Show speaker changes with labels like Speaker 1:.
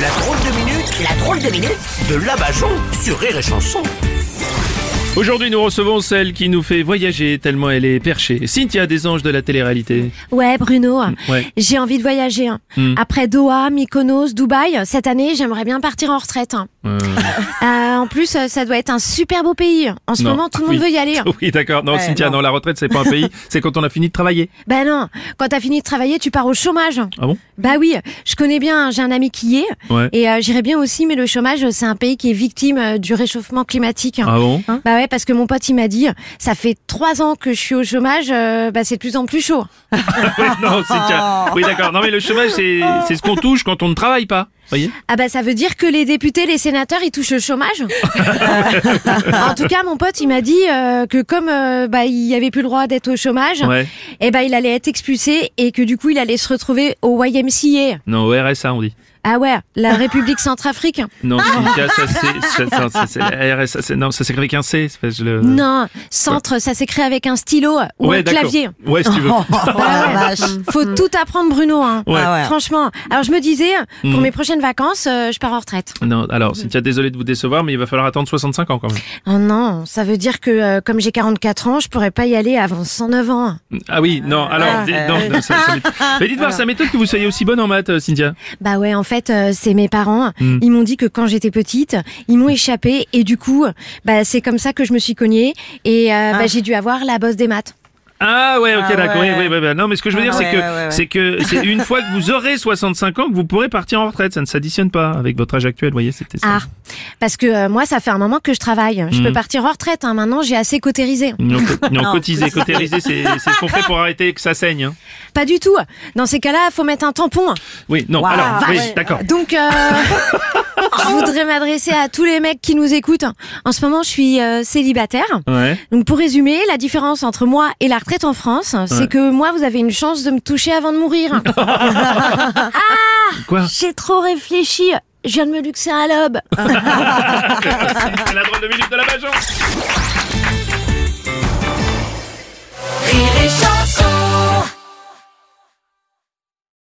Speaker 1: La drôle de minute, la drôle de minute de Labajon sur Rire et Chanson.
Speaker 2: Aujourd'hui, nous recevons celle qui nous fait voyager tellement elle est perchée. Cynthia des anges de la télé-réalité.
Speaker 3: Ouais, Bruno,
Speaker 2: Mm, ouais. Mm.
Speaker 3: j'ai envie de voyager. hein. Après Doha, Mykonos, Dubaï, cette année, j'aimerais bien partir en retraite. hein.
Speaker 2: Euh,
Speaker 3: Euh, en plus, euh, ça doit être un super beau pays. En ce
Speaker 2: non. Ah
Speaker 3: moment, tout le
Speaker 2: Oui.
Speaker 3: monde veut y aller. hein.
Speaker 2: Oui, d'accord. Non,
Speaker 3: Ouais,
Speaker 2: Cynthia, non.
Speaker 3: non.
Speaker 2: la retraite, c'est pas un pays. c'est quand on a fini de travailler.
Speaker 3: Bah non, quand t'as fini de travailler, tu pars au chômage.
Speaker 2: Ah bon
Speaker 3: Bah oui, je connais bien, hein, j'ai un ami qui y est.
Speaker 2: Ouais.
Speaker 3: Et euh, j'irais bien aussi, mais le chômage, c'est un pays qui est victime euh, du réchauffement climatique. hein.
Speaker 2: Ah bon
Speaker 3: Hein bah ouais, parce que mon pote, il m'a dit, ça fait trois ans que je suis au chômage, euh, bah c'est de plus en plus chaud.
Speaker 2: Ouais, Non, Cynthia.
Speaker 3: Oh.
Speaker 2: Oui, d'accord. Non, mais le chômage, c'est c'est ce qu'on touche quand on ne travaille pas. Voyez
Speaker 3: Ah bah ça veut dire que les députés, les sénateurs, ils touchent le chômage. en tout cas, mon pote, il m'a dit euh, que comme euh, bah il y avait plus le droit d'être au chômage,
Speaker 2: Ouais.
Speaker 3: et bah il allait être expulsé et que du coup il allait se retrouver au YMCA.
Speaker 2: Non, au RSA, on dit.
Speaker 3: Ah ouais, la République centrafricaine.
Speaker 2: Non, Cynthia, ça c'est. ça- ça- ça- c'est- la RSA, c'est- non, ça s'écrit avec un C. c'est parce que le-
Speaker 3: Non, centre, ça s'écrit avec un stylo ou
Speaker 2: Ouais,
Speaker 3: un
Speaker 2: d'accord. Ah,
Speaker 3: clavier.
Speaker 2: Ouais, si tu veux.
Speaker 3: Bah ouais.
Speaker 4: vache.
Speaker 3: Faut tout apprendre, Bruno. hein.
Speaker 2: Mm. Ouais.
Speaker 4: Ah ouais.
Speaker 3: Franchement. Alors je me disais, pour
Speaker 2: Mm.
Speaker 3: mes prochaines vacances, euh, je pars en retraite.
Speaker 2: Non, alors, Cynthia, désolé de vous décevoir, mais il va falloir attendre 65 ans quand même.
Speaker 3: Oh non, ça veut dire que euh, comme j'ai 44 ans, je pourrais pas y aller avant 109 ans.
Speaker 2: Ah oui, non, alors.
Speaker 4: Ah,
Speaker 2: dis-
Speaker 4: euh,
Speaker 2: non, non, ça- ça m'étonne. mais dites-moi, ça m'étonne que vous soyez aussi bonne en maths, euh, Cynthia.
Speaker 3: Bah ouais, en fait, euh, c'est mes parents.
Speaker 2: Mm.
Speaker 3: Ils m'ont dit que quand j'étais petite, ils m'ont échappé et du coup, bah c'est comme ça que je me suis cognée et euh, bah, j'ai dû avoir la bosse des maths.
Speaker 2: Ah ouais, ok,
Speaker 4: Ah
Speaker 2: d'accord. Oui,
Speaker 4: ouais.
Speaker 2: oui, oui, oui. Non, mais ce que je veux
Speaker 4: Ah
Speaker 2: dire, c'est
Speaker 4: ouais,
Speaker 2: que,
Speaker 4: ouais, ouais, ouais.
Speaker 2: c'est que, c'est une fois que vous aurez 65 ans, que vous pourrez partir en retraite. Ça ne s'additionne pas avec votre âge actuel, vous voyez, c'était ça.
Speaker 3: Ah, parce que euh, moi, ça fait un moment que je travaille. Je
Speaker 2: Mm.
Speaker 3: peux partir en retraite. hein. Maintenant, j'ai assez cotérisé.
Speaker 2: Non, co- non,
Speaker 4: Non,
Speaker 2: cotiser,
Speaker 4: cotiser.
Speaker 2: cotériser, c'est c'est ce qu'on fait pour arrêter que ça saigne. hein.
Speaker 3: Pas du tout. Dans ces cas-là, faut mettre un tampon.
Speaker 2: Oui, non,
Speaker 4: Wow.
Speaker 2: alors,
Speaker 4: Ah
Speaker 2: oui,
Speaker 4: ouais.
Speaker 2: d'accord.
Speaker 3: Donc, euh, je voudrais m'adresser à tous les mecs qui nous écoutent. En ce moment, je suis euh, célibataire.
Speaker 4: Ah.
Speaker 2: Ouais.
Speaker 3: Donc, pour résumer, la différence entre moi et la retraite en France, c'est que moi, vous avez une chance de me toucher avant de mourir.
Speaker 2: Quoi
Speaker 3: J'ai trop réfléchi. Je viens de me luxer un lobe.
Speaker 4: Ah.
Speaker 2: C'est la drôle de minute de la Bajon.